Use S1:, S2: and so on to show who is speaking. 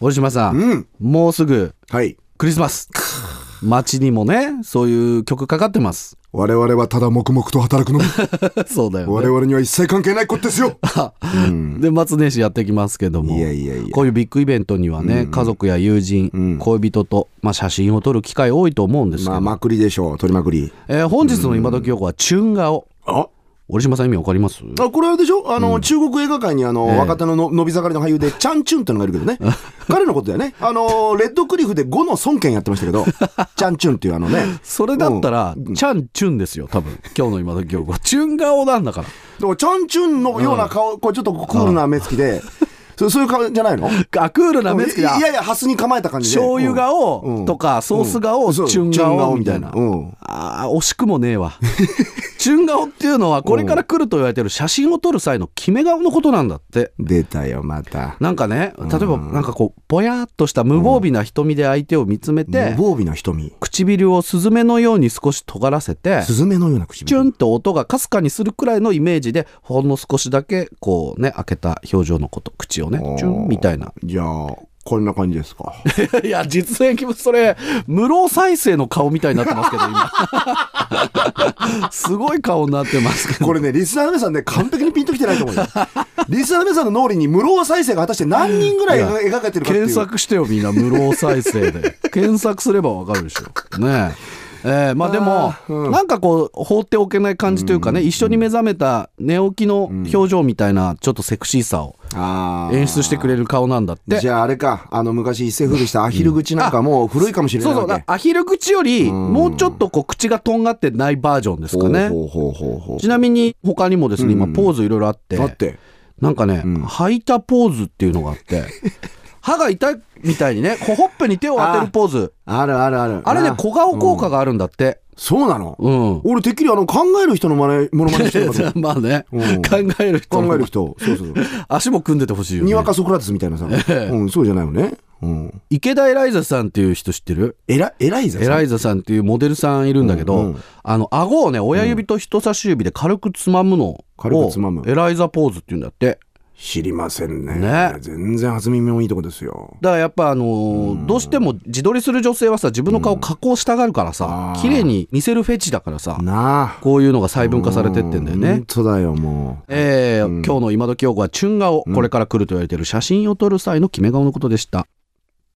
S1: 折島さん、
S2: うん。
S1: もうすぐ
S2: はい。
S1: クリスマス街にもねそういう曲かかってます
S2: 我々はただ黙々と働く のみ。
S1: そうだよ
S2: 我
S1: ね
S2: 々には一切関係ないことですよ。う ん
S1: で末年始やってきますけども
S2: いやいやいや
S1: こ。ういうビッグイベントにはね、家族や友人、
S2: うん
S1: 恋人と、まあ、写真を撮る機会多いと思うんですけど、
S2: まあ、まくりでしょう。取りまくり。
S1: えー本日の今時横はチュンガオ
S2: あ
S1: 折島さん意味わかります
S2: あこれはでしょあの、中国映画界にあの、若手のの伸び盛りの俳優 でチャン・チュンってのがいるけどね彼のことだよねあのレッドクリフで5の孫権やってました けどチャン・チュンっていうあのね
S1: それだったら、チャンチュンですよ多分今日の今時横は チュンガオなんだから
S2: でもチャン・チュンのような顔、こうちょっとクールな目つきで、そうそういう顔じゃないの
S1: あクールな目つき
S2: い
S1: だ
S2: やいやハスに構えた感じで
S1: 醤油
S2: う
S1: 顔
S2: ん
S1: とかソース顔、
S2: そう
S1: チュン顔みたいな、
S2: チュン顔みたいなうん
S1: あー惜しくもねえわチュン顔っていうのはこれから来ると言われてる写真を撮る際の決め顔のことなんだって
S2: 出たよまた
S1: なんかね例えばなんかこうぼやっとした無防備な瞳で相手を見つめて、
S2: 無防備な瞳
S1: 唇をスズメのように少し尖らせて
S2: スズメのような
S1: チュ
S2: 唇
S1: ンと音がかすかにするくらいのイメージでほんの少しだけこうね開けた表情のこと口をねチュンみたいな
S2: じゃあこんな感じですか
S1: いや実演それ無労再生の顔みたいになってますけど今 すごい顔になってますけど
S2: これねリスナーの皆さんね完璧にピンときてないと 思うよリスナーの皆さんの脳裏に無労再生が果たして何人ぐらいが描かれてるかっていう
S1: 検索してよみんな無労再生 で検索すればわかるでしょねええーまあでもなんかこう放っておけない感じというかね一緒に目覚めた寝起きの表情みたいなちょっとセクシーさを
S2: あー
S1: 演出してくれる顔なんだって
S2: じゃああれかあの昔一世風靡したアヒル口なんかもう古いかもしれな
S1: そ
S2: いう
S1: そう
S2: わ
S1: だ
S2: け
S1: アヒル口よりもうちょっとこう口がとんがってないバージョンですかね
S2: ほうほうほうほうほ
S1: ちなみに他にもですね今ポーズいろいろあって
S2: うだって
S1: なんかね、吐いたポーズっていうのがあって 歯が痛いみたいにねこうほっぺに手を当てるポーズ
S2: あるあるある
S1: あれね
S2: な
S1: 小顔効果があるんだって
S2: そうなの
S1: うん、
S2: 俺てっきりあの考える人の真似モノマネしてるかと思っ
S1: まあね、
S2: うん
S1: 考える人
S2: た
S1: の
S2: 考える人そう そうそう
S1: 足も組んでてほしいよ、ね、
S2: にわかソクラテスみたいなさ、うん、そうじゃないよね、うん、
S1: 池田エライザさんっていう人知ってる
S2: えら偉いぜ
S1: エライザさんっていうモデルさんいるんだけど、
S2: うんうん
S1: あの顎をね親指と人差し指で軽くつまむのを
S2: 軽くつまむ
S1: エライザポーズっていうんだって
S2: 知りませんね
S1: ね
S2: 全然初耳もいいとこですよ
S1: だからやっぱあのーどうしても自撮りする女性はさ自分の顔加工したがるからさ、
S2: あー
S1: 綺麗に似せるフェチだからさ
S2: なあ
S1: こういうのが細分化されてってんだよね、
S2: う本当だよもう
S1: えー今日の今時用語はチュン顔、これから来ると言われている写真を撮る際の決め顔のことでした